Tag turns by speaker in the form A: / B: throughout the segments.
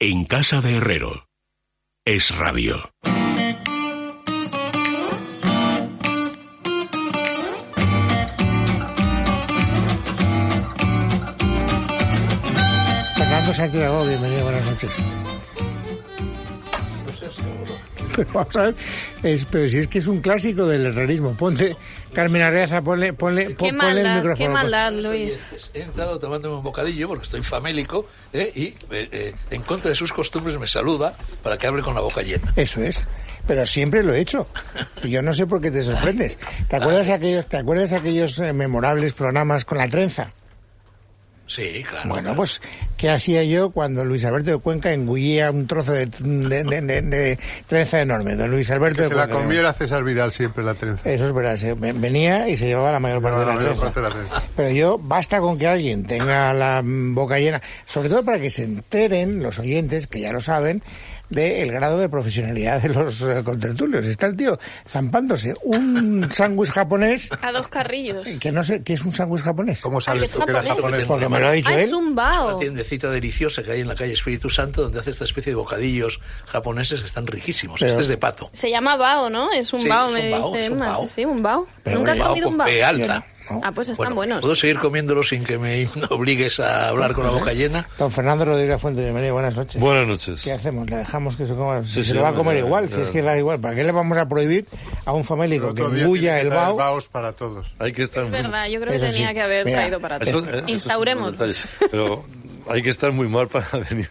A: En casa de Herrero. Es radio.
B: Fernando Santiago, bienvenido, buenas noches. Pero Pues vamos a ver, es- pero si es que es un clásico del herrerismo. Ponte, Carmen Arreaza, ponle, ponle, pon-
C: Qué
B: ponle el
C: maldad,
B: micrófono. pues.
C: qué
B: por-
C: maldad,
D: Oye,
C: Luis.
D: He entrado tomándome un bocadillo porque estoy famélico ¿eh? y eh, eh, en contra de sus costumbres me saluda para que hable con la boca llena.
B: Eso es. Pero siempre lo he hecho. Yo no sé por qué te sorprendes. ¿Te acuerdas aquellos, te acuerdas aquellos eh, memorables programas con la trenza?
D: Sí, claro.
B: Bueno,
D: claro.
B: pues, ¿qué hacía yo cuando Luis Alberto de Cuenca engullía un trozo de, de- de- de- de trenza enorme? Don Luis Alberto
E: Que
B: de
E: se la
B: Cuenca.
E: comiera César Vidal siempre la trenza.
B: Eso es verdad. se ven- venía y se llevaba la mayor parte
E: No,
B: de la
E: no, no,
B: trenza.
E: parte de la trenza.
B: Pero yo, basta con que alguien tenga la mm, boca llena, sobre todo para que se enteren los oyentes, que ya lo saben, del grado de profesionalidad de los eh, contertulios. Está el tío zampándose un sándwich japonés,
C: A dos carrillos.
B: que no sé qué es un sándwich japonés.
E: ¿Cómo
C: Ay,
E: sabes
C: es
E: tú que era
C: japonés.
E: japonés?
B: Porque me lo ha dicho
C: Ah, es
B: él.
C: un
D: Una
C: vaho.
D: tiendecita deliciosa que hay en la calle Espíritu Santo donde hace esta especie de bocadillos japoneses que están riquísimos.
B: Pero-
D: Este es de pato.
C: Se llama vaho, ¿no? Es un
D: Sí,
C: vaho,
D: es
C: me
D: un vaho,
C: dice
D: es un
C: Emma.
D: vaho.
C: Sí, un vaho.
B: Pero
C: ¿Nunca
B: un
C: has
B: vaho
C: comido un
D: con
C: vaho?
D: P alta.
B: No.
C: Ah, pues están
D: Bueno,
C: buenos.
D: ¿Puedo seguir comiéndolo sin que me obligues a hablar con la boca llena?
B: Don Fernando Rodríguez Fuente, bienvenido, buenas noches.
F: Buenas noches.
B: ¿Qué hacemos? ¿Le dejamos que se coma? Si
F: Sí,
B: se
F: sí,
B: lo va a
F: hombre,
B: comer
F: ya,
B: igual, si
F: ya.
B: es que da igual. ¿Para qué le vamos a prohibir a un
E: El
B: famélico que
E: otro día tiene
B: engulla
E: que
B: el
E: traer
B: vaho?
E: baos para todos.
F: Hay que estar
C: Es
F: muy-
C: verdad, yo creo que
B: Eso sí.
C: tenía que haber
B: Mira,
C: traído para atrás.
F: Eso- eh, eso es un
C: Instauremos.
F: detalle. Pero hay que estar muy mal para venir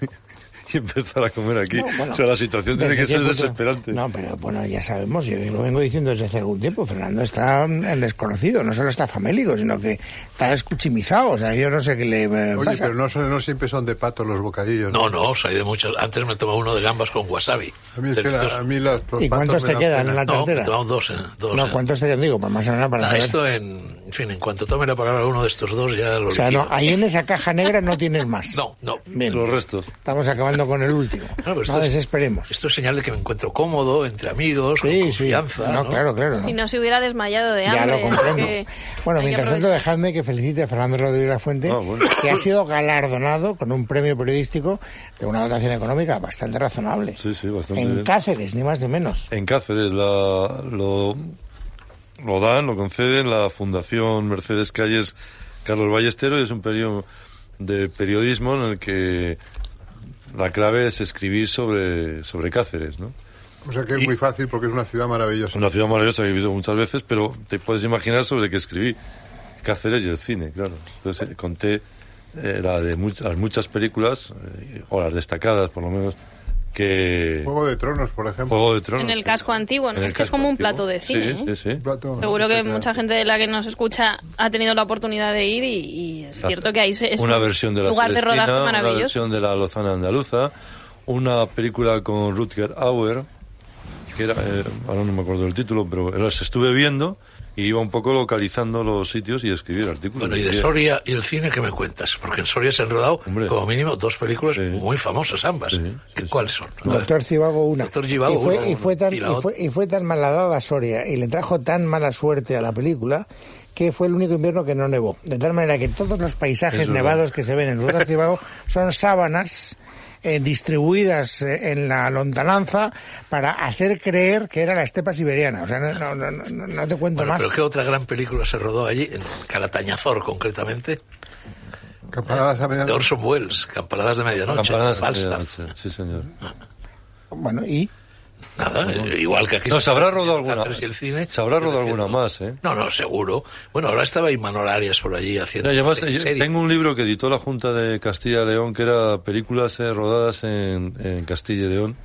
F: y empezar a comer aquí.
B: No, bueno.
F: o sea, la situación tiene
B: ¿Desde
F: que
B: qué
F: ser
B: punto?
F: desesperante.
B: No, pero bueno, ya sabemos, yo lo vengo diciendo desde hace algún tiempo. Fernando está mm, en desconocido, no solo está famélico, sino que está escuchimizado. O sea, yo no sé qué le eh,
E: Oye,
B: pasa.
E: pero no, son- no siempre son de pato los bocadillos.
D: No, no, soy de muchos. Antes me tomaba uno de gambas con wasabi.
E: A mí, es que la- a mí las, los
B: ¿Y
E: patos
B: cuántos
E: me
B: te
E: dan
B: quedan
E: pena.
B: en la
D: No, me
B: cartera?
D: tomaba dos. eh, dos
B: No,
D: eh.
B: ¿cuántos te digo? Pues más o menos para
D: Nada,
B: saber.
D: esto en, en fin, en cuanto tome la palabra uno de estos dos ya lo
B: O sea, no,
D: liquido.
B: ahí en esa caja negra no tienes más.
D: No, no.
B: Bien,
F: Los restos.
B: estamos acabando con el último.
D: Claro, pero esto
B: no
D: es-
B: desesperemos.
D: Esto es señal de que me encuentro cómodo, entre amigos, con
B: Sí, sí.
D: confianza.
B: No, claro, claro.
C: Si no se hubiera desmayado de
B: Ya
C: hambre.
B: lo comprendo.
C: porque
B: Bueno,
C: hay que
B: mientras tanto,
C: aprovechar.
B: dejadme que felicite a Fernando Rodríguez de la Fuente,
F: Ah, bueno.
B: que ha sido galardonado con un premio periodístico de una dotación económica bastante razonable.
F: Sí, sí, bastante
B: En
F: bien.
B: Cáceres, ni más ni menos.
F: En Cáceres la- lo, lo dan, lo conceden la Fundación Mercedes Calles Carlos Ballestero y es un periodo de periodismo en el que la clave es escribir sobre, sobre Cáceres, ¿no?
E: O sea que es muy fácil porque es una ciudad maravillosa.
F: Una ciudad maravillosa que he vivido muchas veces, pero te puedes imaginar sobre qué escribí. Cáceres y el cine, claro. Entonces eh, conté eh, la de much- las muchas películas, eh, o las destacadas por lo menos, que...
E: Juego de Tronos, por ejemplo.
F: Juego de Tronos.
C: En el
F: sí.
C: casco antiguo, ¿no?
F: En el
C: Es que es
F: casco
C: como un
F: antiguo.
C: plato de cine,
F: Sí,
C: ¿eh?
F: sí, sí.
E: Plato-
C: Seguro que
E: Claro.
C: mucha gente de la que nos escucha ha tenido la oportunidad de ir y, y es cierto que ahí se, es
F: una
C: un
F: versión de la
C: lugar de
F: Celestina,
C: rodaje
F: una
C: maravilloso.
F: versión de la Lozana Andaluza, una película con Rutger Hauer, que era, eh, ahora no me acuerdo del título, pero las estuve viendo y iba un poco localizando los sitios y escribir artículos.
D: Bueno, y de
F: Bien.
D: Soria y el cine, ¿qué me cuentas? Porque en Soria se han rodado,
F: Hombre.
D: como mínimo, dos películas
F: Sí.
D: muy famosas ambas.
F: Sí, sí,
D: ¿Cuáles son?
B: Doctor Cibago, una.
D: Doctor Cibago,
B: y, fue,
D: una,
B: y, fue tan,
D: y la
B: y
D: otra.
B: fue, y fue tan malhadada Soria y le trajo tan mala suerte a la película que fue el único invierno que no nevó. De tal manera que todos los paisajes
F: Eso es
B: nevados que se ven en Doctor Cibago son sábanas eh, distribuidas eh, en la lontananza para hacer creer que era la estepa siberiana. O sea, no, no, no, no- no te cuento
D: Bueno,
B: más.
D: pero ¿qué otra gran película se rodó allí? En Calatañazor, concretamente.
E: Campanadas a
D: De
E: medianoche.
D: Orson Welles, Campanadas de Medianoche.
F: Campanadas en
D: Falstaff.
F: medianoche, sí señor.
B: Bueno, y...
D: Nada, eh, igual que aquí.
F: No, se habrá rodado
D: Cáceres
F: alguna.
D: y el cine,
F: Se habrá rodado
D: haciendo-
F: alguna más, ¿eh?
D: No, no, seguro. Bueno, ahora estaba Imanol Arias por allí haciendo.
F: No, y además,
D: serie-
F: yo
D: serie.
F: tengo un libro que editó la Junta de Castilla y León, que era películas eh, rodadas en, en Castilla y León.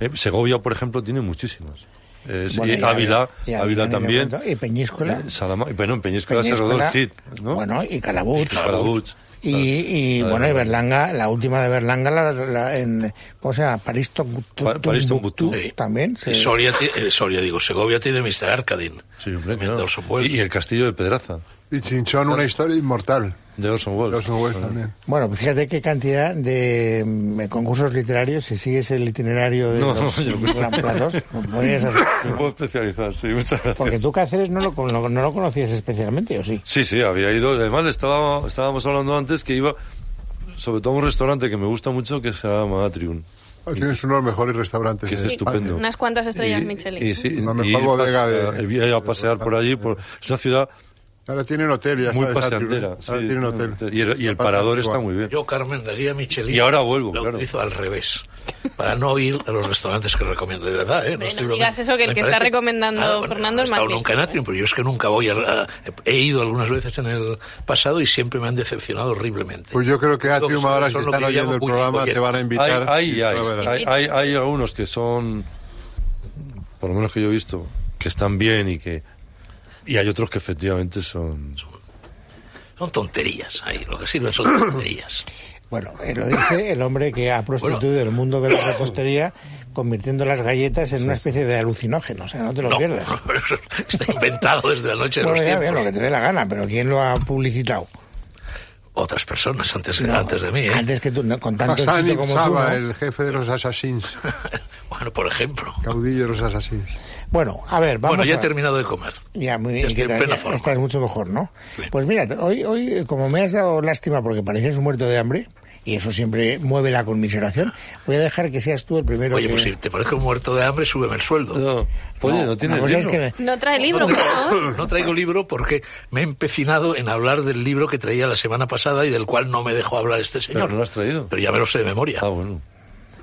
F: Eh, Segovia, por ejemplo, tiene muchísimas. Eh, sí,
B: Bueno,
F: y
B: ya,
F: Ávila,
B: ya, ya,
F: Ávila
B: ya,
F: también.
B: ya, ¿y Peñíscola?
F: Eh, Salama- y, bueno, en Peñíscola, se rodó el
B: Peñíscola,
F: Cid, ¿no?
B: Bueno, y Calabuch.
F: Y Calabuch.
B: Y, y,
F: Claro.
B: bueno, y Berlanga, la última de Berlanga, la, la- en, ¿cómo se llama? París Tombuctú.
F: Pa- París Tombuctú.
D: Sí.
B: También. se-
D: Y Soria, ti- eh, Soria, digo, Segovia tiene Mr. Arcadin.
F: Sí, hombre,
D: También
F: claro.
D: de Orson Welles.
F: y, eh, y el Castillo de Pedraza,
E: Y Chinchón, una historia inmortal.
F: de Orson Welles.
E: Los Welles también.
B: Bueno, pues fíjate qué cantidad de mm, concursos literarios, si sigues el itinerario de
F: No,
B: los
F: yo creo que-
B: platos, podrías hacer.
F: Me puedo especializar, sí, muchas gracias.
B: Porque tú Cáceres no lo, con- no, no lo conocías especialmente, ¿o sí?
F: Sí, sí, había ido. Además, estaba, estábamos hablando antes que iba. sobre todo un restaurante que me gusta mucho que se llama Atrium,
E: Ah, Tienes uno de los mejores restaurantes.
F: que es
E: de
F: estupendo.
E: España.
C: Ah, Unas cuantas estrellas
F: Y-
C: Michelin.
F: y sí,
E: La mejor
F: y ir
E: bodega
F: pasea-
E: de-
F: ir a pasear por allí, por, es una ciudad
E: Ahora tienen hotel, ya
F: muy
E: sabes. Atrium.
F: paseantera.
E: ¿eh? Ahora
F: sí.
E: tienen hotel.
F: Y el, y
E: Aparte,
F: el parador
E: igual.
F: está muy bien.
D: Yo, Carmen, la guía Michelin.
F: Y ahora vuelvo,
D: La
F: claro.
D: utilizo al revés. Para no ir a los restaurantes que recomiendo, de verdad. ¿eh?
C: Hombre, no
D: estoy
C: digas
D: bromeando.
C: eso, que el
D: Me
C: que está
D: parece- Ah,
C: recomendando
D: bueno,
C: Fernando
D: no he
C: es
D: estado
C: magnífico.
D: nunca en Atrium, pero yo es que nunca voy a. a- he ido algunas veces en el pasado y siempre me han decepcionado horriblemente.
E: Pues yo creo que
D: Digo
E: Atrium
D: son-
E: ahora, si
D: son lo
E: están
D: que yo
E: oyendo
D: llamo
E: el
D: puñeco
E: programa,
D: viejo.
E: te van a invitar.
F: Hay, hay, hay,
E: A ver,
C: Sí.
F: hay, hay- hay algunos que son, por lo menos que yo he visto, que están bien y que... Y hay otros que efectivamente son...
D: Son tonterías ahí, lo que sirven son tonterías.
B: Bueno, eh, lo dice el hombre que ha prostituido el mundo de la repostería convirtiendo las galletas en una especie de alucinógeno. O sea, no te lo
D: No,
B: pierdas.
D: eso está inventado desde la noche de
B: Bueno,
D: los
B: ya,
D: tiempos.
B: bien, lo que te dé la gana, pero ¿quién lo ha publicitado?
D: Otras personas antes de, antes de mí, ¿eh?
B: Antes que tú, no, con tanto
E: Hassan
B: éxito
E: Ibn
B: como tú.
E: Saba,
B: ¿no?
E: el jefe de los assassins,
D: bueno, por ejemplo.
E: caudillo de los assassins.
B: Bueno, a ver, vamos
D: bueno, ya
B: a...
D: he terminado de comer.
B: Ya, muy bien,
D: Ya estoy
B: que
D: en
B: te-
D: plena
B: ya
D: forma.
B: estás mucho mejor, ¿no?
D: Sí.
B: Pues mira, hoy, hoy, como me has dado lástima porque parecías un muerto de hambre, y eso siempre mueve la conmiseración, voy a dejar que seas tú el primero
D: Oye,
B: que...
D: pues si te parezco un muerto de hambre, súbeme el sueldo.
F: No, oye, no,
B: una
F: tiene
B: cosa es
F: libro.
B: que me-
C: No trae libro, por favor.
D: No traigo libro porque me he empecinado en hablar del libro que traía la semana pasada y del cual no me dejó hablar este señor.
F: no lo has traído.
D: Pero ya me lo sé de memoria.
F: Ah, bueno.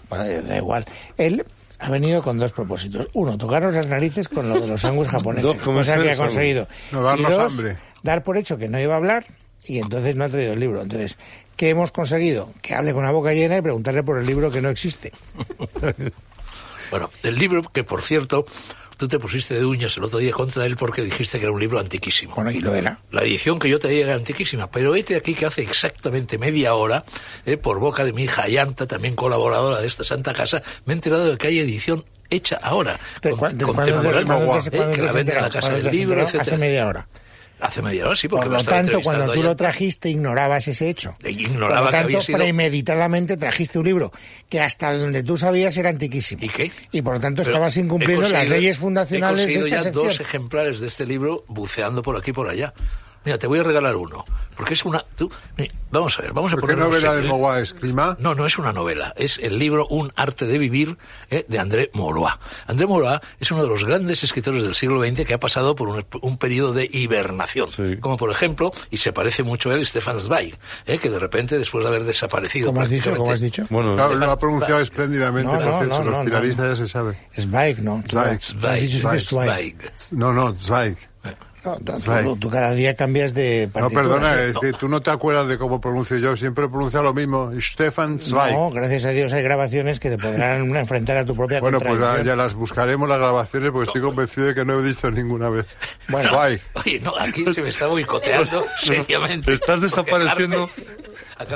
B: Bueno, da igual. Él ha venido con dos propósitos. Uno, tocarnos las narices con lo de los sándwiches japoneses,
F: Dos comerciales,
B: cosa que ha conseguido.
F: hombre.
E: No, darnos
B: Y dos,
E: hambre.
B: dar por hecho que no iba a hablar y entonces no ha traído el libro. Entonces, ¿qué hemos conseguido? Que hable con la boca llena y preguntarle por el libro que no existe.
D: Bueno, el libro que, por cierto, tú te pusiste de uñas el otro día contra él porque dijiste que era un libro antiquísimo.
B: Bueno, y lo era.
D: La edición que yo traía era antiquísima, pero este aquí que hace exactamente media hora, eh, por boca de mi hija Yanta, también colaboradora de esta Santa Casa, me he enterado de que hay edición hecha ahora,
B: ¿Te-
D: con-
B: cuán- te-
D: contemporánea,
B: cuándo te-
D: eh,
B: cuándo
D: que
B: te
D: la
B: has
D: venden en la
B: enterado?
D: Casa
B: ¿Cuándo
D: del
B: te has
D: Libro,
B: enterado?
D: etcétera.
B: Hace media hora.
D: Hace media hora, sí, porque
B: Por
D: me
B: lo
D: estaba
B: tanto, cuando tú
D: entrevistando
B: lo
D: Yanta.
B: trajiste, ignorabas ese hecho.
D: Ignoraba
B: Por lo
D: que había
B: tanto,
D: sido-
B: premeditadamente trajiste un libro que hasta donde tú sabías era antiquísimo.
D: ¿Y qué?
B: Y por lo tanto
D: Pero
B: estabas
D: he
B: incumpliendo las
D: conseguido-
B: leyes fundacionales
D: he
B: de
D: conseguido
B: esta
D: ya
B: sección.
D: dos ejemplares de este libro buceando por aquí y por allá. Mira, te voy a regalar uno, porque es una... tú- mira, vamos a ver, vamos a
E: ¿Por qué
D: poner...
E: novela de Mogua es Clima?
D: ¿eh? No, no es una novela, es el libro Un arte de vivir eh, de André Morois. André Morois es uno de los grandes escritores del siglo XX que ha pasado por un, un periodo de hibernación,
F: Sí.
D: como por ejemplo, y se parece mucho a él, Stefan Zweig, eh, que de repente después de haber desaparecido...
B: ¿Cómo has dicho?
D: prácticamente-
B: ¿Cómo has dicho?
F: Bueno,
E: Claro, lo ha pronunciado espléndidamente,
B: No,
E: por
B: no,
E: cierto,
B: no, no,
E: los
B: no.
E: finalistas ya se sabe.
B: Zweig, ¿no? Tú
E: Zweig,
B: has dicho que
D: Zweig,
B: es Zweig.
D: Zweig.
E: No, no, Zweig.
B: No, tú- tú-
E: Zweig.
B: Tú, cada día cambias de
E: No,
B: partitura.
E: perdona, es
D: no.
E: que tú no te acuerdas de cómo pronuncio yo, siempre pronuncio lo mismo, Stefan Zweig.
B: No, gracias a Dios hay grabaciones que te podrán enfrentar a tu propia
E: Bueno, pues ya,
B: contradicción.
E: ya las buscaremos las grabaciones porque estoy convencido de que no he dicho ninguna vez.
B: Bueno.
E: Zweig.
D: Oye, no, aquí se me está boicoteando seriamente.
F: te estás
D: Porque
F: desapareciendo.
D: Carmen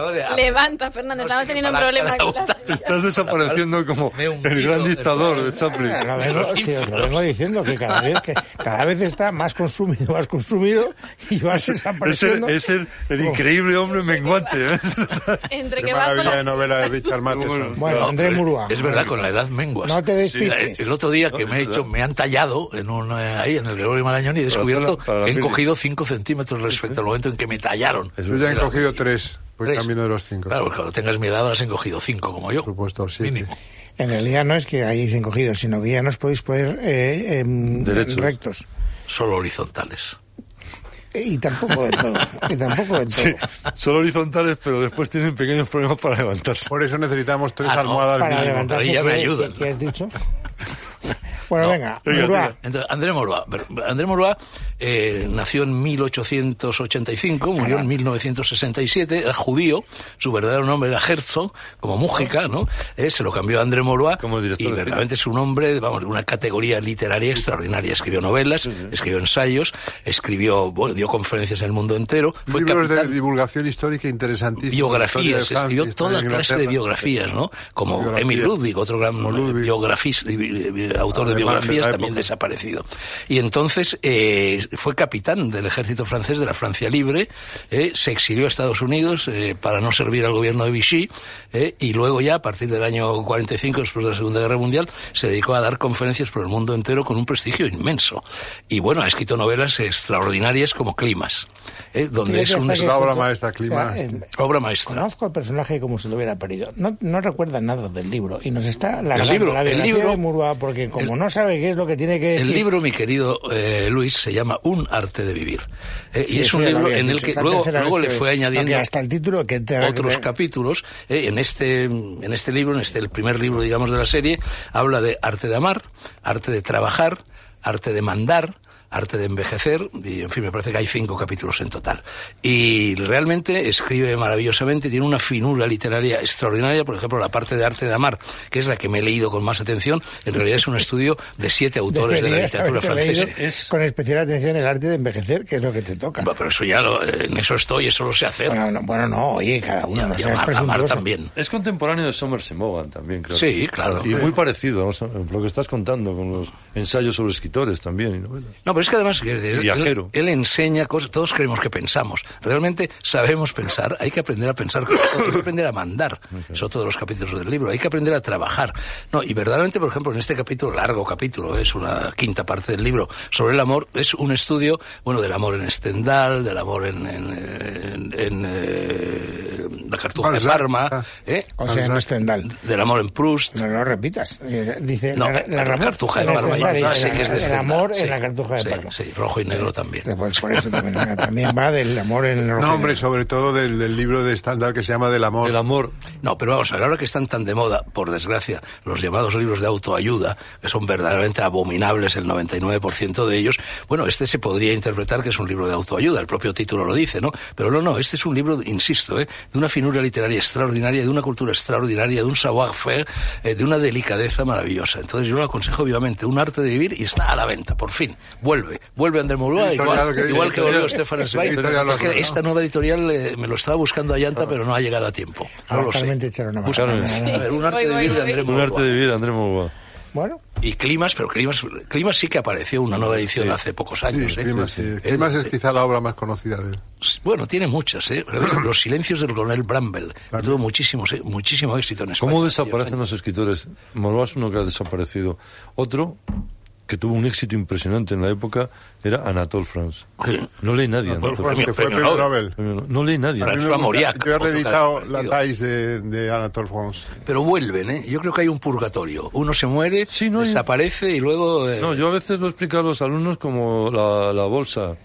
D: Acaba de...
C: Levanta, Fernando, estamos teniendo un problema con las-
F: Estás desapareciendo como
D: Me hundí
F: el gran
D: con el
F: dictador
D: poder.
F: de Chaplin.
B: Lo vengo, sí, os lo vengo diciendo que cada vez que cada vez está más consumido, más consumido y vas
F: Es el,
B: desapareciendo.
F: es el, el increíble hombre menguante. ¿eh?
C: Entre
E: Qué
C: que vas con
E: maravilla
C: las-
E: de novela de Richard Matheson.
B: Bueno,
D: No,
B: André
D: pero es-
B: Murúa.
D: Es verdad, con la edad menguas.
B: No te despistes.
D: Mira, El, el otro día que
F: No,
D: me he
F: es verdad.
D: hecho, me han tallado en un, eh, ahí en el Gregorio Marañón y he descubierto
F: hacerla- para la
D: que he
F: mili.
D: encogido 5 centímetros respecto al momento en que me tallaron.
E: Yo ya he
D: Era-
E: cogido tres, por
D: Tres.
E: camino de los cinco.
D: Claro, porque cuando tengas mi edad habrás encogido 5 como yo.
E: Por supuesto, siete.
D: Mínimo.
B: En realidad no es que hayáis encogido, sino que ya no os podéis poner eh, em,
F: Derechos.
B: rectos.
D: Solo horizontales.
B: Y tampoco de todo. Y tampoco de todo.
F: Sí, son horizontales, pero después tienen pequeños problemas para levantarse.
E: Por eso necesitamos tres
D: Ah, no,
E: almohadas
B: Para
E: mínimo.
B: levantarse.
D: ahí ya me
B: ¿qué-
D: ayudan.
B: ¿Qué, qué has dicho? Bueno, venga,
F: venga,
B: Murúa.
F: siga.
D: Entonces, André Moroa. pero André Moroa eh, nació en 1885, murió en 1967, era judío, su verdadero nombre era Herzog, como Mújica, ¿no? Eh, se lo cambió a André Moroa
F: Como director
D: y
F: de cine.
D: verdaderamente es un hombre, vamos, de una categoría literaria extraordinaria. Escribió novelas, escribió ensayos, escribió, bueno, dio conferencias en el mundo entero. Fue
E: Libros de
D: capitán-
E: divulgación histórica interesantísimos. historia de
D: biografías,
E: Francia,
D: escribió
E: historia
D: toda
E: de
D: clase de
E: Inglaterra.
D: biografías, ¿no? Como
E: Biografía.
D: Emil Ludwig, otro gran
E: Como Ludwig.
D: biografis- eh, bi- bi- autor de
E: Alemán de la
D: biografías, también
E: época.
D: desaparecido. Y entonces eh, fue capitán del ejército francés de la Francia Libre, eh, se exilió a Estados Unidos eh, para no servir al gobierno de Vichy eh, y luego ya a partir del año 45, después de la Segunda Guerra Mundial, se dedicó a dar conferencias por el mundo entero con un prestigio inmenso. Y bueno, ha escrito novelas extraordinarias como Climas, eh, donde
B: Fíjate
D: es un...
B: hasta qué
E: la obra
B: punto-
E: maestra, Clima.
B: eh,
D: Obra maestra.
B: Conozco al personaje como si lo hubiera perdido. No, no recuerda nada del libro y nos está la,
D: El libro,
B: la
D: el
B: biografía
D: libro-
B: de Murúa porque como
D: el-
B: no sabe qué es lo que tiene que decir.
D: El libro, mi querido eh, Luis, se llama Un arte de vivir. Eh,
B: Sí,
D: y es
B: eso
D: un
B: ya lo
D: libro
B: habías
D: en el
B: dicho,
D: que
B: es la
D: luego,
B: tercera
D: luego
B: vez
D: le
B: que-
D: fue
B: no, que
D: añadiendo
B: hasta el título que te
D: otros capítulos. eh, en este, en este libro, en este el primer libro, digamos, de la serie, habla de arte de amar, arte de trabajar, arte de mandar. Arte de envejecer, y en fin, me parece que hay cinco capítulos en total. Y realmente escribe maravillosamente, tiene una finura literaria extraordinaria, por ejemplo, la parte de arte de amar, que es la que me he leído con más atención, en realidad es un estudio de siete autores de la
B: Deberías
D: literatura
B: haberte leído
D: francesa.
B: Con especial atención el arte de envejecer, que es lo que te toca.
D: Bueno, pero eso ya lo- en eso estoy, eso lo sé hacer.
B: Bueno, no, bueno, no, oye, cada uno, no
D: eh. Y
B: seas
D: amar- amar
B: presuntuoso.
D: también.
F: Es contemporáneo de Somerset Maugham también, creo.
D: Sí, claro.
F: Y muy parecido, vamos, a- lo que estás contando con los ensayos sobre escritores también y novelas.
D: No, pero es que además quiero decir, él,
F: Viajero.
D: él enseña cosas, todos creemos que pensamos. Realmente sabemos pensar, hay que aprender a pensar, hay que aprender a mandar. Es otro de los capítulos del libro, hay que aprender a trabajar. No, y verdaderamente, por ejemplo, en este capítulo, largo capítulo, es una quinta parte del libro, sobre el amor, es un estudio, bueno, del amor en Stendhal, del amor en, en, en- en, eh, la cartuja de
E: Balzac.
D: Parma,
E: Ah.
D: ¿eh?
B: O sea, no es Stendhal.
D: del amor en Proust.
B: No lo repitas. Eh, Dice
D: No,
B: la,
D: la,
B: la Ramón-
D: cartuja de
B: en
D: Parma.
B: Stendhal,
D: ya
B: dice,
D: sé que es de
B: El
D: Stendhal,
B: amor en
D: sí,
B: la cartuja de
D: sí,
B: Parma.
D: Sí, rojo y negro también.
B: Pues por eso también, también va del amor en el
E: No,
B: rojo.
E: hombre, sobre todo del, del libro de estándar que se llama Del amor.
F: El amor,
D: No, pero vamos a ver, ahora que están tan de moda, por desgracia, los llamados libros de autoayuda, que son verdaderamente abominables el 99% de ellos, bueno, este se podría interpretar que es un libro de autoayuda, el propio título lo dice, ¿no? Pero no, no, este es un libro, insisto, ¿eh? de una finura literaria extraordinaria, de una cultura extraordinaria, de un savoir-faire, eh, de una delicadeza maravillosa. Entonces yo lo aconsejo vivamente, un arte de vivir y está a la venta, por fin, vuelve, vuelve André Mourois,
E: Editorial
D: igual,
E: que-
D: igual que volvió
E: editorial-
D: Stefan Zweig.
E: editorial
D: Es que
E: Oslo, ¿no?
D: esta nueva editorial eh, me lo estaba buscando Allanta, pero no ha llegado a tiempo. No
B: Ahora
D: lo sé.
B: actualmente echaron una mano.
F: Buscaron-
B: Nada, nada.
D: A ver, un arte
C: Voy,
D: de
C: voy,
D: vivir de
C: voy.
D: André
F: un arte
D: Mourois.
F: de vivir, André Maubois.
B: Bueno,
D: Y Climas, pero Climas, Climas sí que apareció una nueva edición hace pocos
E: Sí,
D: años. ¿eh?
E: Climas, sí.
D: Eh,
E: Climas es
D: eh,
E: quizá la obra más conocida de él.
D: Bueno, tiene muchas, ¿eh? Los silencios del coronel Bramble. que Tuvo muchísimos, eh, muchísimo éxito en España.
F: ¿Cómo desaparecen los escritores? Maubois es uno que ha desaparecido. Otro que tuvo un éxito impresionante en la época era Anatole France.
D: Sí.
F: No leí nadie.
D: Anatole
F: Anatole
D: France.
F: France.
E: Porque fue
D: premio
E: premio
D: Nobel.
E: Nobel.
F: No, no leí nadie.
D: Ahora,
E: A mí me
D: François
E: gusta-
D: Mauriac,
E: Yo he
D: otro que ha
E: reeditado la
D: aparecido.
E: Thais de, de Anatole France.
D: Pero vuelven, ¿eh? Yo creo que hay un purgatorio. Uno se muere,
F: Sí, no hay-
D: desaparece y luego... eh,
F: No, yo a veces lo explico a los alumnos como la, la bolsa.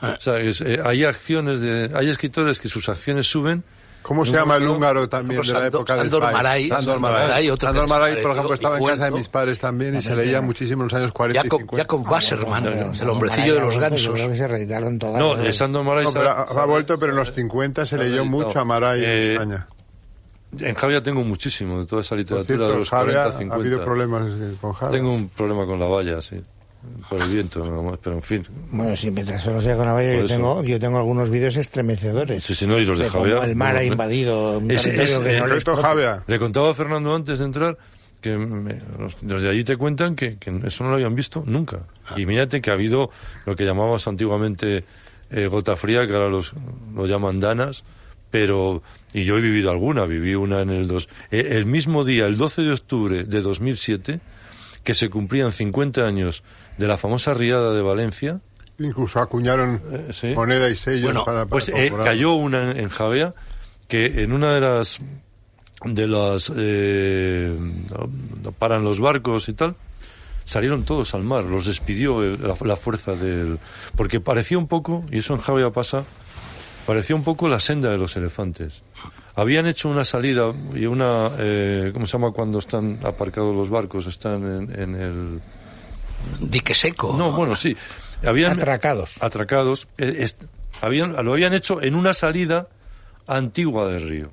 D: Ah.
F: O sea, es, eh, hay acciones de, hay escritores que sus acciones suben.
E: ¿Cómo se llama el húngaro también
D: Pues
E: de la
D: Andor-
E: época de
D: Andor
E: Zweig?
D: Maray.
E: Andor
D: Maray,
E: Maray.
D: otro que
E: Andor Maray, por
D: desapareció,
E: ejemplo, estaba
D: y
E: en casa de
D: cuento.
E: mis padres también y se leía muchísimo en los años 40 y
D: Jacob,
E: 50.
D: Jacob
B: pues,
F: Ah,
D: Wasserman,
B: bueno,
D: el hombrecillo de los
B: yo
D: gansos.
B: Creo que se reeditaron todas.
F: No,
B: las-
F: eh, Sandor Marais
E: Ah, No, pero ha,
F: ha-
E: ha vuelto, pero en los 50 se
F: se ha
E: leyó
F: reeditado.
E: mucho a Maray en
F: Eh,
E: España.
F: En Javia tengo muchísimo de toda esa
E: Por
F: literatura de
E: cierto,
F: los
E: Javia
F: 40, 50.
E: ha habido problemas eh, con Javia.
F: Tengo un problema con la valla, sí. Por el viento, nada más, pero en fin.
B: Bueno, sí, mientras solo sea con la valla,
F: Por
B: yo
F: eso.
B: tengo, yo tengo algunos vídeos estremecedores.
F: Sí, sí, no, y los de
B: cómo
F: Javea,
B: El mar ha
F: no, no.
B: invadido un
F: Es-
B: territorio
F: es-
B: que
E: En
B: no les
E: concreto, Javia.
F: Le contaba a Fernando antes de entrar que me- los, los de allí te cuentan que, que eso no lo habían visto nunca. Y mírate que ha habido lo que llamábamos antiguamente eh, gota fría, que ahora los, lo llaman danas, pero... Y yo he vivido alguna, viví una en el... Dos, eh, el mismo día, el 12 de octubre de 2007, que se cumplían 50 años de la famosa riada de Valencia,
E: Incluso acuñaron
F: Eh, sí.
E: moneda y sellos
D: Bueno,
E: para, para
F: pues eh,
E: conmemorar.
F: cayó una en, en Javea que en una de las de las eh, no- no paran los barcos y tal salieron todos al mar los despidió el- la, la fuerza del porque parecía un poco y eso en Javea pasa parecía un poco la senda de los elefantes habían hecho una salida y una eh, cómo se llama cuando están aparcados los barcos están en, en el
D: Dique seco.
F: no bueno sí habían
B: atracados.
F: atracados, eh, est- habían, lo habían hecho en una salida antigua del río,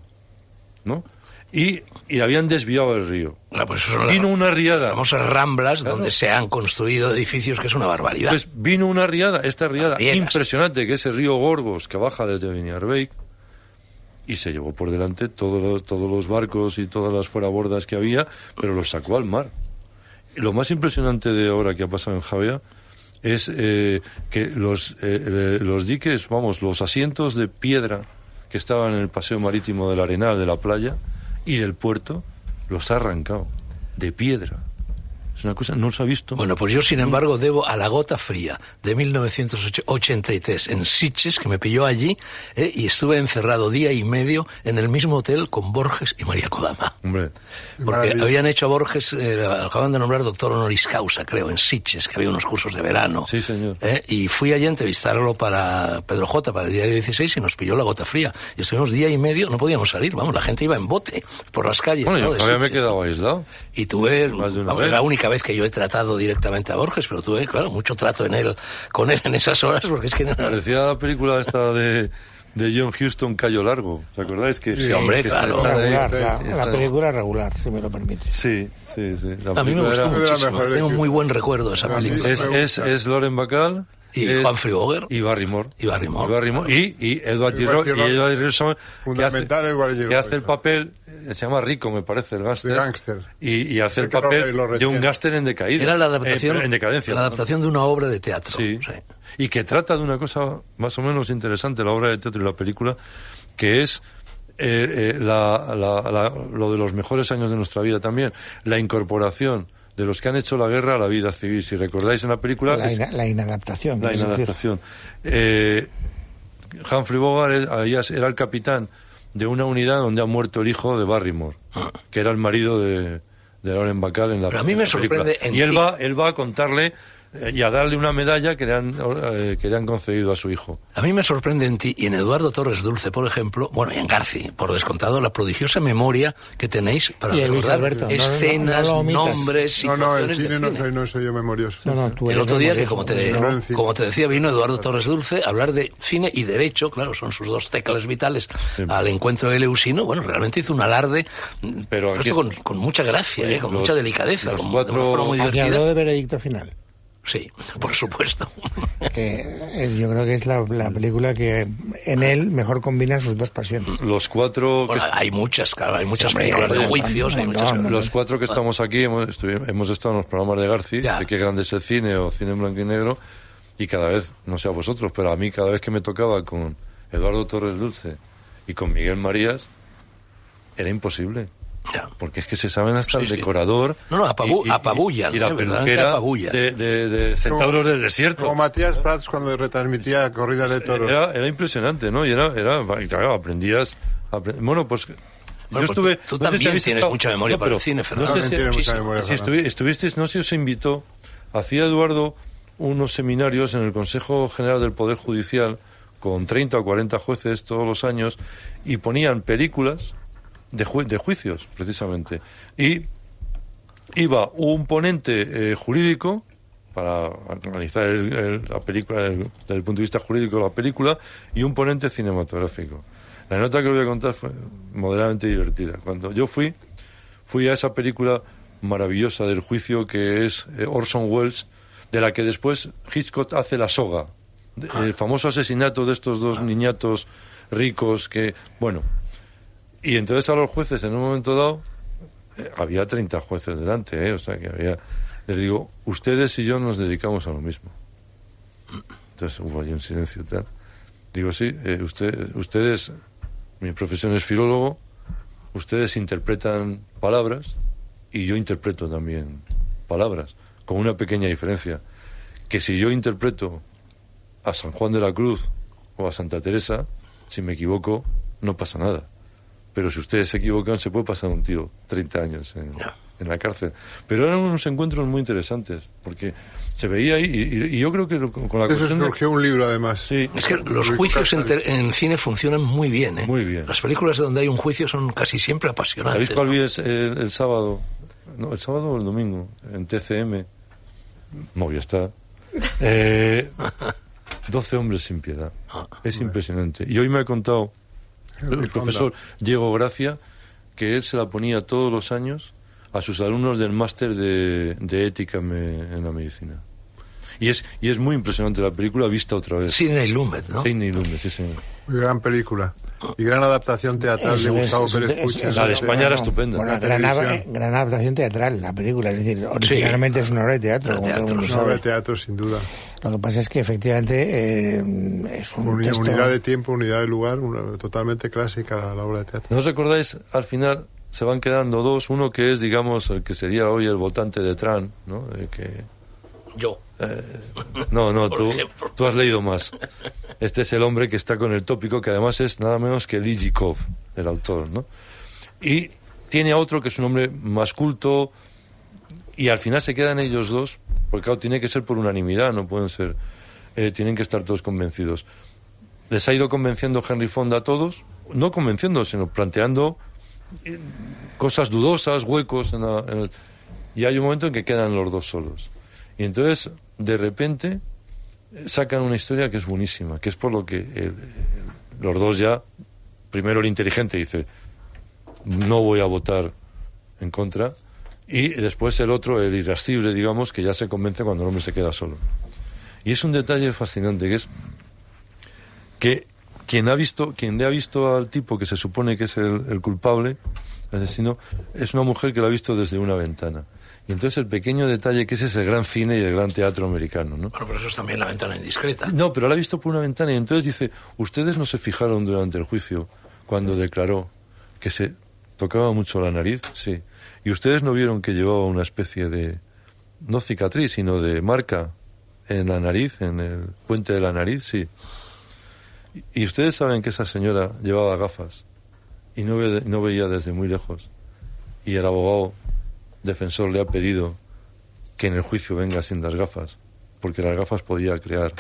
F: ¿no? Y, y habían desviado el río.
D: Ah, pues eso son las-
F: Vino una
D: las
F: riada.
D: famosas ramblas donde se han construido edificios que es una barbaridad.
F: Pues vino una riada, esta riada
D: Riegas.
F: impresionante, que es el río Gorgos, que baja desde Beniarbeig, y se llevó por delante todos los, todos los barcos y todas las fuerabordas que había, pero los sacó al mar. Y lo más impresionante de ahora que ha pasado en Javea es eh, que los, eh, los diques, vamos, los asientos de piedra que estaban en el paseo marítimo del Arenal, de la playa y del puerto, los ha arrancado de piedra. Es una cosa, no se ha visto.
D: Bueno, pues yo, sin embargo, debo a La Gota Fría de 1983 en Sitges, que me pilló allí, eh, y estuve encerrado día y medio en el mismo hotel con Borges y María Kodama.
F: Hombre,
D: Porque
E: Maravilla.
D: habían hecho a Borges, eh, acaban de nombrar doctor honoris causa, creo, en Sitges, que había unos cursos de verano.
F: Sí, señor.
D: Eh, Y fui allí a entrevistarlo para Pedro J, para el día 16, y nos pilló la gota fría. Y estuvimos día y medio, no podíamos salir, vamos, la gente iba en bote por las calles.
F: bueno,
D: ¿no?
F: yo
D: de
F: todavía me he
D: Sitges.
F: quedado aislado.
D: Y tuve,
F: Más de una
D: vamos,
F: vez.
D: la única vez que yo he tratado directamente a Borges, pero tuve, claro, mucho trato en él, con él en esas horas, porque es que no,
F: Parecía la película esta de, de John Huston, Callo Largo. ¿Os acordáis? Que,
D: Sí, hombre,
F: que
D: claro.
F: estaba ahí.
B: Regular,
E: sí,
B: la,
E: sí,
B: la película regular, si me lo permites.
F: Sí, sí, sí. La
D: a mí me
F: película
D: gustó
F: era-
E: de las
D: muchísimo.
E: mejores
D: Tengo
E: que-
D: muy buen recuerdo de esa
E: A mí
D: película.
E: sí.
F: Es,
E: Me
F: es,
E: gusta.
F: es Loren Bacal.
D: Y
F: es-
D: Humphrey Bogart.
F: Y Barrymore.
D: Y Barrymore.
F: Y, y, y Edward G. Ro-
E: Edward
F: y
E: G. Ross.
F: Edward G. Ross, que hace,
E: Fundamental Edward G.
F: que hace el
E: Ross.
F: papel, eh, se llama Rico, me parece, el gángster.
E: De gángster.
F: Y, y hace el
E: El que lo re-
F: papel
E: lo
F: de un
E: retiene.
F: gángster en decaída.
D: Era la adaptación,
F: Eh, en decadencia.
D: la
F: perdón.
D: adaptación de una obra de teatro.
F: Sí.
D: sí.
F: Y que trata de una cosa más o menos interesante, la obra de teatro y la película, que es eh, eh, la- la- la- lo de los mejores años de nuestra vida también, la incorporación de los que han hecho la guerra a la vida civil. Si recordáis en la película,
B: La,
F: es-
B: ina- la inadaptación.
F: la
B: es decir,
F: inadaptación. Eh, Humphrey Bogart es- ahí es- era el capitán de una unidad donde ha muerto el hijo de Barrymore, que era el marido de, de Lauren Bacall en la
D: Pero a mí me
F: en la película.
D: sorprende en
F: Y él
D: ti.
F: va, él va a contarle eh, y a darle una medalla que le han, eh, que le han concedido a su hijo.
D: A mí me sorprende en ti y en Eduardo Torres Dulce, por ejemplo, bueno, y en Garci, por descontado, la prodigiosa memoria que tenéis para
B: Y en Luis
D: recordar
B: Alberto, no, no, no
D: escenas,
B: lo omitas.
D: nombres,
E: No, no, en
D: situaciones
E: cine
D: de
E: no
D: cine.
E: soy, no soy yo memorioso.
B: No, no, tú
D: El
B: eres
D: otro día, que
B: memorioso,
D: como te,
B: no,
E: no, en cine.
D: como te decía, vino Eduardo Torres Dulce a hablar de cine y derecho, claro, son sus dos teclas vitales, al encuentro de Eleusino. Bueno, realmente hizo un alarde, mm,
F: Pero
D: todo
F: aquí-
D: esto con, con mucha gracia, eh, con
F: los-
D: mucha delicadeza,
F: los
D: con,
F: cuatro-
D: de una forma muy
B: Aquí habló
D: divertida.
B: de veredicto final.
D: Sí, por supuesto.
B: que eh, yo creo que es la, la película que en él mejor combina sus dos pasiones.
F: Los cuatro que
D: Bueno, hay muchas, claro, hay muchas
B: hombre,
D: películas de
B: hay un
D: juicios, hay
B: montón,
D: muchas...
B: un montón.
F: Los cuatro que estamos aquí hemos, estuvi- hemos estado en los programas de Garci,
D: Ah. Ya.
F: de qué grande es el cine o cine en blanco y negro, y cada vez, no sé a vosotros, pero a mí cada vez que me tocaba con Eduardo Torres Dulce y con Miguel Marías, era imposible.
D: Ya.
F: Porque es que se saben
D: Sí,
F: hasta el
D: sí.
F: decorador.
D: No, no, apabu- apabullan,
F: Y la
D: ¿eh? Verdaderamente
F: peluquera
D: apabullan.
F: de, de- de centauros del desierto.
E: Como Matías Prats cuando retransmitía corridas de toros.
F: Eh, Era, era impresionante, ¿no? Y era, era y claro, aprendías. apre- bueno, pues.
D: Bueno,
F: yo
D: pues
F: estuve.
D: tú
F: no sé
D: también
F: habéis
D: tienes mucha memoria para el
F: pero
D: cine, Fernando.
F: No sé
E: También
F: si-
E: tiene mucha
F: muchísimo.
E: memoria,
F: si
E: Fernando.
F: estuvi- estuvisteis, no sé si os invitó. Hacía Eduardo unos seminarios en el Consejo General del Poder Judicial con 30 o 40 jueces todos los años y ponían películas de, ju- de juicios, precisamente. Y iba un ponente eh, jurídico para analizar el- el- la película el- desde el punto de vista jurídico la película y un ponente cinematográfico. La nota que os voy a contar fue moderadamente divertida. Cuando yo fui, fui a esa película maravillosa del juicio que es eh, Orson Welles, de la que después Hitchcock hace la soga. De- El famoso asesinato de estos dos niñatos ricos que, bueno, y entonces a los jueces en un momento dado eh, había 30 jueces delante, ¿eh? o sea que había. Les digo, ustedes y yo nos dedicamos a lo mismo. Entonces hubo ahí un silencio y tal. Digo, sí, eh, usted- ustedes, mi profesión es filólogo, ustedes interpretan palabras y yo interpreto también palabras, con una pequeña diferencia, que si yo interpreto a San Juan de la Cruz o a Santa Teresa, si me equivoco, no pasa nada. Pero si ustedes se equivocan, se puede pasar un tío 30 años en, en la cárcel. Pero eran unos encuentros muy interesantes, porque se veía ahí, y, y- y yo creo que lo- con la
E: De eso
F: cuestión de-
E: surgió un libro, además.
F: Sí,
D: Es que los
E: Muy
D: juicios en,
E: brutal.
D: te- en cine funcionan muy bien, ¿eh?
F: Muy bien.
D: Las películas donde hay un juicio son casi siempre
F: ¿sabéis
D: apasionantes.
F: cuál vi es eh, el, el sábado? No, el sábado o el domingo, en TCM, Movistar. Eh, 12 hombres sin piedad. Es impresionante. Y hoy me ha contado el
E: Henry
F: profesor Diego Gracia que él se la ponía todos los años a sus alumnos del máster de, de ética me- en la medicina. Y es, y es muy impresionante la película vista otra vez.
D: Sidney Lumet, ¿no?
F: Sidney Lumet, sí, señor.
E: Gran película. Y gran adaptación teatral de
B: Eso es,
E: Gustavo
B: eso
E: Pérez
B: es,
E: Puches.
B: eso
F: La de
B: es,
F: España era estupenda.
B: Bueno,
E: La
B: gran,
E: televisión.
B: eh, gran adaptación teatral, la película. Es decir, originalmente es una obra de teatro.
D: Obra de
B: como todo el
D: teatro,
B: mundo
E: Es una obra de
B: sabe.
E: teatro, sin duda.
B: Lo que pasa es que efectivamente eh, es un
E: Uni-
B: texto...
E: unidad de tiempo, unidad de lugar, una- totalmente clásica la, la obra de teatro.
F: ¿No os recordáis? Al final se van quedando dos. Uno que es, digamos, el que sería hoy el votante de Trump, ¿no? El que...
D: Yo.
F: No, no,
D: Por
F: tú,
D: ejemplo.
F: tú has leído más. Este es el hombre que está con el tópico, que además es nada menos que Lijikov, el autor, ¿no? Y tiene a otro que es un hombre más culto, y al final se quedan ellos dos, porque claro, tiene que ser por unanimidad, no pueden ser, eh, tienen que estar todos convencidos. Les ha ido convenciendo Henry Fonda a todos, no convenciendo, sino planteando eh, cosas dudosas, huecos, en la- en el- y hay un momento en que quedan los dos solos. Y entonces, de repente, eh, sacan una historia que es buenísima, que es por lo que el- el- los dos ya, primero el inteligente dice, no voy a votar en contra. Y después el otro, el irascible, digamos, que ya se convence cuando el hombre se queda solo. Y es un detalle fascinante, que es que quien ha visto, quien le ha visto al tipo que se supone que es el, el culpable, el asesino, es una mujer que lo ha visto desde una ventana. Y entonces el pequeño detalle que ese es el gran cine y el gran teatro americano, ¿no?
D: Bueno, pero eso es también la ventana indiscreta.
F: No, pero la ha visto por una ventana y entonces dice, ustedes no se fijaron durante el juicio cuando declaró que se tocaba mucho la nariz, sí. Y ustedes no vieron que llevaba una especie de, no cicatriz, sino de marca en la nariz, en el puente de la nariz, sí. Y ustedes saben que esa señora llevaba gafas y no, ve- no veía desde muy lejos. Y el abogado defensor le ha pedido que en el juicio venga sin las gafas, porque las gafas podía crear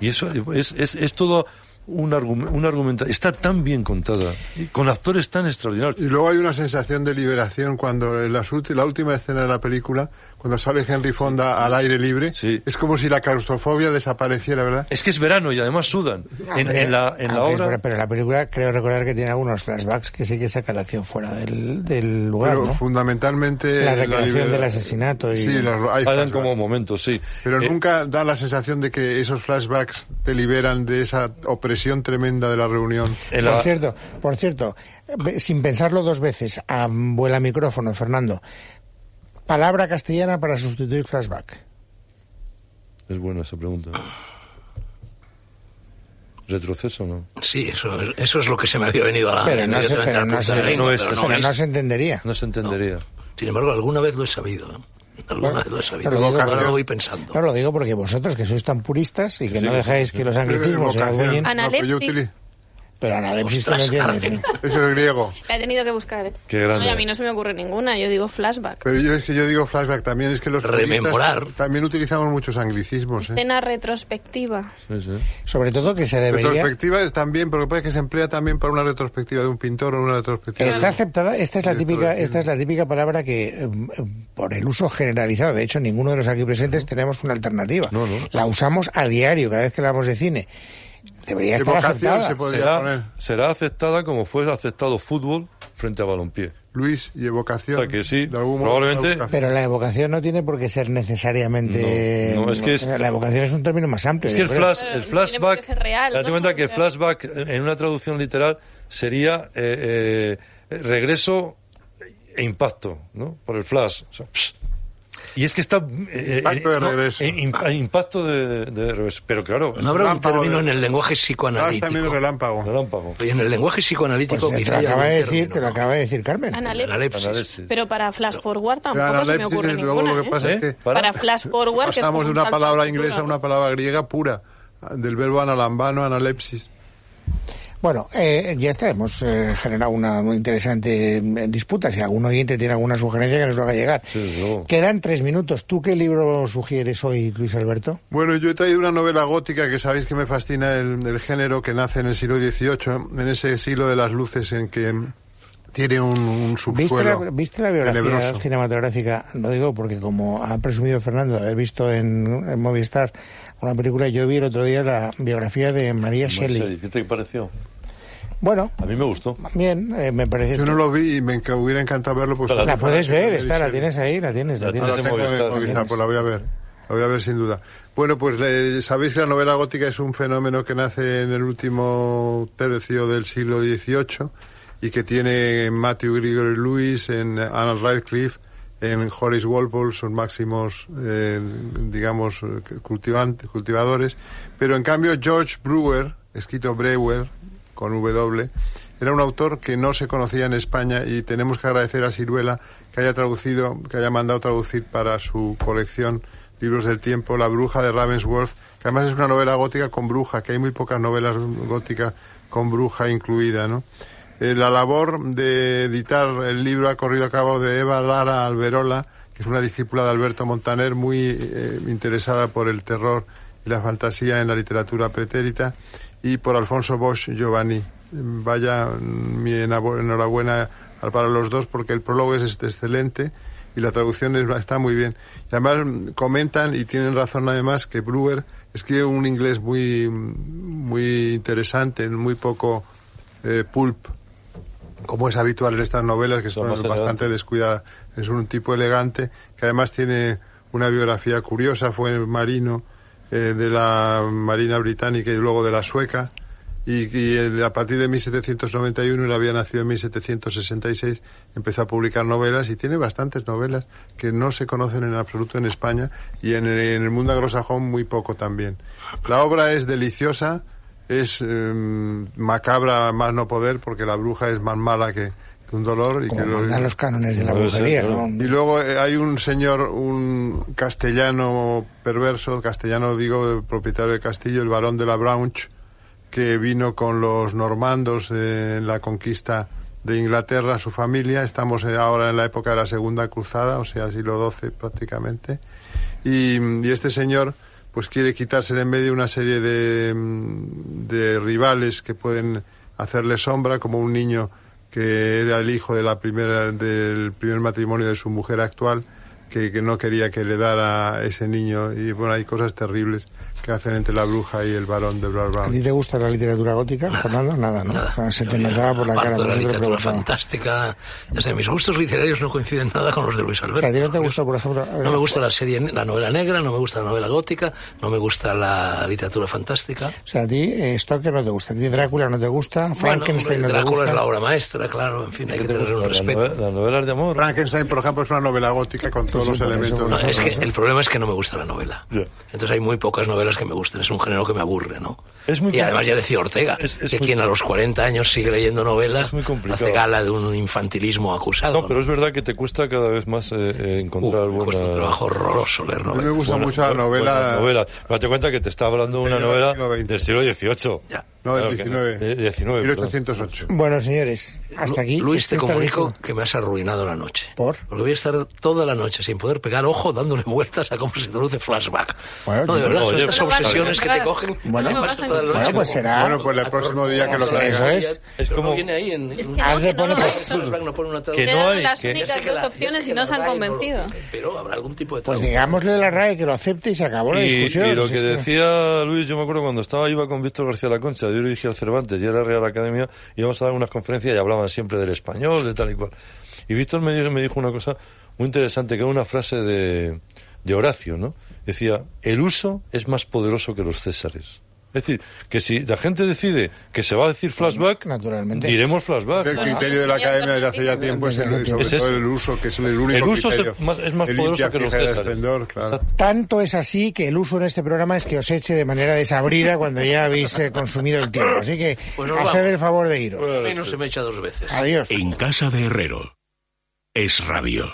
F: y eso es, es, es todo un, argumento, un argumenta- Está tan bien contada, y con actores tan extraordinarios.
E: Y luego hay una sensación de liberación cuando en las ulti- la última escena de la película, cuando sale Henry Fonda al aire libre,
F: Sí.
E: es como si la claustrofobia desapareciera, ¿verdad?
F: Es que es verano y además sudan. En, en la, en la
B: Ah, pero-
F: obra.
B: Pero la película creo recordar que tiene algunos flashbacks que sí que saca la acción fuera del, del lugar,
E: Pero
B: ¿no?
E: fundamentalmente...
B: La recreación
E: libera-
B: del asesinato y-
E: Sí, la- hay
F: Hagan
E: flashbacks.
F: como momentos, sí.
E: Pero
F: Eh,
E: nunca da la sensación de que esos flashbacks te liberan de esa opresión tremenda de la reunión.
F: en la-
B: Por cierto, por cierto, ve- sin pensarlo dos veces, a vuela micrófono, Fernando. Palabra castellana para sustituir flashback.
F: Es buena esa pregunta. ¿Retroceso no?
D: Sí, eso, es- eso es lo que se me había venido a la
B: Pero
D: Ah, me
B: no
D: había
B: se,
D: venido a
B: pero
D: la
B: no
D: punta
B: se,
D: de la lengua,
F: es-
D: pero
B: pero no
D: es.
B: se entendería.
F: No se entendería.
D: Sin embargo, alguna vez lo he sabido. ¿eh? Alguna
B: Bueno,
D: vez lo he sabido.
B: pero luego-
D: Ahora lo voy pensando.
B: No lo digo porque vosotros que sois tan puristas y que no
F: sí,
B: dejáis que los anglicismos se
E: Evocación.
B: adueñen,
E: No, pero yo
C: Analepsis.
E: utili-
B: pero analepsis tú no
D: Ostras,
B: entiendes.
D: Ángel.
B: ¿no?
E: Es el griego.
C: La he tenido que buscar. eh.
F: Qué grande.
C: No, y a mí no se me ocurre ninguna, yo digo flashback.
E: Pero yo, es que yo digo flashback también, es que los puristas
D: Rememorar.
E: también utilizamos muchos anglicismos. ¿eh?
C: Escena retrospectiva.
F: Sí, sí.
B: Sobre todo que se debería...
E: Retrospectiva es también, pero lo que pasa es que se emplea también para una retrospectiva de un pintor o una retrospectiva.
B: Está
E: de un-
B: aceptada, esta es la
E: de todo
B: típica,
E: el
B: esta es la típica palabra que eh, por el uso generalizado, de hecho ninguno de los aquí presentes tenemos una alternativa.
F: No, no.
B: La usamos a diario cada vez que hablamos de cine. Debería estar
E: Evocación
B: aceptada.
E: se podría poner.
F: Será, será aceptada como fue aceptado fútbol frente a balompié.
E: Luis y evocación.
F: O sea que sí,
E: de algún modo,
F: probablemente.
E: evocación.
B: Pero la evocación no tiene por qué ser necesariamente.
F: No, no, es que es-
B: La evocación es un término más amplio.
F: Es que el,
B: yo creo.
F: flash,
C: Claro,
F: el
C: tiene por qué
F: flashback.
C: ser real,
F: date
C: ¿no?
F: cuenta que
C: Porque-
F: flashback en una traducción literal sería eh, eh, regreso e impacto, ¿no? Por el flash. o sea, pss. y es que está. eh,
E: Impacto de regreso.
F: eh, imp- impacto de, de regreso. Pero claro,
D: No habrá un
E: Relámpago
D: término
E: de-
D: en el lenguaje
E: Ah, es también el
D: psicoanalítico.
E: relámpago.
F: relámpago.
D: Y en el lenguaje
B: Pues
D: psicoanalítico
B: te
D: quizá
B: lo
D: haya
B: acaba de
D: algún
B: decir,
D: término,
B: te lo
D: ¿no?
B: acaba de decir Carmen.
C: Analepsis.
D: Analepsis.
F: Análisis.
C: Pero para flash forward
E: La
C: tampoco se me
E: analepsis
C: ocurre
E: es luego
C: ninguna.
E: lo que
C: ¿eh?
E: pasa es
F: ¿Eh?
E: que
F: Para-
C: Para flash forward, que es como
E: pasamos de
C: un
E: una
C: salto
E: palabra
C: al futuro,
E: inglesa a
C: ¿no?
E: una palabra griega pura, del verbo analambano, analepsis.
B: Bueno, eh, ya está, hemos eh, generado una muy interesante eh, disputa. Si algún oyente tiene alguna sugerencia que nos lo haga llegar.
F: Sí, desde luego.
B: Quedan tres minutos. ¿Tú qué libro sugieres hoy, Luis Alberto?
E: Bueno, yo he traído una novela gótica que sabéis que me fascina el, el género que nace en el siglo XVIII, en ese siglo de las luces en que tiene un, un
B: ¿Viste la,
E: subsuelo
B: viste la biografía
E: tenebroso.
B: cinematográfica? Lo digo porque como ha presumido Fernando de haber visto en, en Movistar una película, yo vi el otro día la biografía de María Shelley.
F: ¿Qué te pareció?
B: Bueno,
F: A mí me gustó.
B: bien, eh, me parece...
E: Yo no lo vi y me enca- hubiera encantado verlo. Pues,
F: La
B: La puedes ver, está, la tienes ahí, la tienes, la
F: La
E: Ah,
B: tienes.
E: la
F: Tienes en
E: tengo en
F: Movistar.
E: Movistar, pues la voy a ver. La voy a ver sin duda. Bueno, pues eh, sabéis que la novela gótica es un fenómeno que nace en el último tercio del siglo XVIII y que tiene en Matthew Gregory Lewis, en Anna Radcliffe, en Horace Walpole, sus máximos, eh, digamos, cultivantes, cultivadores. Pero en cambio George Brewer, escrito Brewer, con W, era un autor que no se conocía en España y tenemos que agradecer a Siruela que haya traducido, que haya mandado traducir para su colección Libros del Tiempo, La Bruja de Ravensworth, que además es una novela gótica con bruja, que hay muy pocas novelas góticas con bruja incluida, ¿no? Eh, la labor de editar el libro ha corrido a cabo de Eva Lara Alberola, que es una discípula de Alberto Montaner, muy eh, interesada por el terror y la fantasía en la literatura pretérita, y por Alfonso Bosch Giovanni vaya mm, mi enhorabuena para los dos porque el prólogo es este excelente y la traducción está muy bien. Y además mm, comentan y tienen razón además que Brewer escribe un inglés muy mm, muy interesante, muy poco eh, pulp, como es habitual en estas novelas que son, son bastante descuidadas. Es un tipo elegante que además tiene una biografía curiosa, fue marino eh, de la Marina Británica y luego de la Sueca. Y, y, a partir de 1791, él había nacido en 1766, empezó a publicar novelas y tiene bastantes novelas que no se conocen en absoluto en España y en, en el mundo anglosajón muy poco también. La obra es deliciosa, es eh, macabra más no poder porque la bruja es más mala que, que un dolor y
B: Como
E: que
B: los, los cánones de la brujería. ¿no?
E: Y luego eh, hay un señor, un castellano perverso, castellano digo, propietario de Castillo, el barón de la Branch, que vino con los normandos eh, en la conquista de Inglaterra, su familia. Estamos ahora en la época de la Segunda Cruzada, o sea, siglo XII prácticamente. Y, y este señor pues quiere quitarse de en medio una serie de, mm, de, rivales que pueden hacerle sombra, como un niño que era el hijo de la primera, del primer matrimonio de su mujer actual, que, que no quería que le dara a ese niño. Y bueno, hay cosas terribles que hacen entre la bruja y el varón de Blair Brown.
B: ¿A ti te gusta la literatura gótica, nada, Fernando? Nada, ¿no?
D: Nada.
B: O sea, pues se te
D: Yo,
B: notaba por la
D: aparte
B: cara.
D: de
B: por
D: la
B: eso te
D: literatura
B: preguntaba.
D: fantástica. Ya sé, mis gustos literarios no coinciden nada con los de Luis
B: O
D: Alberto.
B: sea, ¿a ti no te
D: Yo-
B: gusta, por ejemplo... eh,
D: No me gusta la serie, la novela negra, no me gusta la novela gótica, no me gusta la literatura fantástica.
B: O sea, a ti eh, Stoker no te gusta, a ti Drácula no te gusta, Frankenstein
D: Bueno,
B: no te
D: Drácula
B: gusta...
D: es la obra maestra, claro, en fin, hay que tener un
F: Las
D: respeto.
F: nove- las novelas de amor.
E: Frankenstein, por ejemplo, es una novela gótica con todos
B: sí,
E: los
B: por eso,
E: elementos.
D: No,
B: por
D: es que el problema es que no me gusta la novela.
F: Ya.
D: Entonces hay muy pocas novelas que me gusten, es un género que me aburre, ¿no?
F: Es muy
D: y además
F: compli-
D: ya decía Ortega,
F: Es- es
D: que
F: muy-
D: quien a los 40 años sigue leyendo novelas
F: Es muy complicado.
D: hace gala de un infantilismo acusado.
F: No, pero es verdad que te cuesta cada vez más eh, eh,
D: Uf,
F: encontrar
D: me cuesta un
F: buenas
D: trabajo horroroso leer
E: A mí me
D: novelas.
E: gusta mucho la novela.
F: buenas novelas. Date cuenta que te está hablando de una
E: Del
F: novela
E: siglo XX.
F: del siglo XVIII.
D: Ya.
E: No, del
F: Claro que no.
E: 19.
B: Eh,
F: De- 19, perdón.
E: 1808.
B: Bueno, señores, hasta aquí...
D: Luis,
B: Estoy
D: te comunico
B: tardísimo.
D: que me has arruinado la noche.
B: ¿Por?
D: Porque voy a estar toda la noche sin poder pegar ojo dándole vueltas a cómo se traduce flashback.
B: Bueno,
D: no, de
B: tío,
D: verdad, son
F: oye,
D: estas
F: pues,
D: obsesiones que te
C: claro.
D: cogen.
C: Bueno,
D: además,
C: pues,
D: toda la
B: bueno,
D: noche
B: pues
D: como-
B: será...
E: Bueno, pues el próximo día que lo
B: Eso
E: traigas.
B: es.
F: Es
D: Pero
F: como-
D: no viene ahí en...
C: Es que
D: en-
C: no,
B: Haz de
C: que no
B: poner-
C: lo
D: Flashback
C: veo.
D: no pone una
F: Que
D: traducción.
F: no
C: Eran
F: hay,
C: las
F: que-
D: Ya sé
C: únicas
D: que
C: dos
D: la- ya
C: opciones
D: sé
C: y
D: que
C: no
D: la
C: se han
D: RAE no lo-
C: convencido.
D: Pero habrá algún tipo de
B: Pues
D: traducción.
B: digámosle a la RAE que lo acepte y se acabó la
F: Y,
B: discusión.
F: y lo
B: si
F: que
B: es
F: decía Luis, yo me acuerdo cuando estaba, iba con Víctor García La Concha, yo dirigía al Cervantes y era Real Academia, íbamos a dar unas conferencias y hablaban siempre del español, de tal y cual. Y Víctor me dijo, me dijo una cosa muy interesante, que era una frase de, de Horacio, ¿no? Decía, el uso es más poderoso que los césares. Es decir, que si la gente decide que se va a decir flashback,
B: Naturalmente.
F: diremos flashback.
E: El criterio de la academia desde hace ya tiempo es el, sobre
F: Es ese.
E: todo el uso, que es el único
F: El uso es,
E: criterio.
F: el más, es más
E: El
F: poderoso
E: limpia,
F: que los
E: fija y
F: césares.
E: esplendor, claro.
F: Exacto.
B: Tanto es así que el uso en este programa es que os eche de manera desabrida cuando ya habéis eh, consumido el tiempo. Así que
D: Pues nos
B: haced
D: vamos.
B: el favor de iros.
D: A mí no se me echa dos veces.
B: Adiós.
A: En casa de Herrero. Es Radio.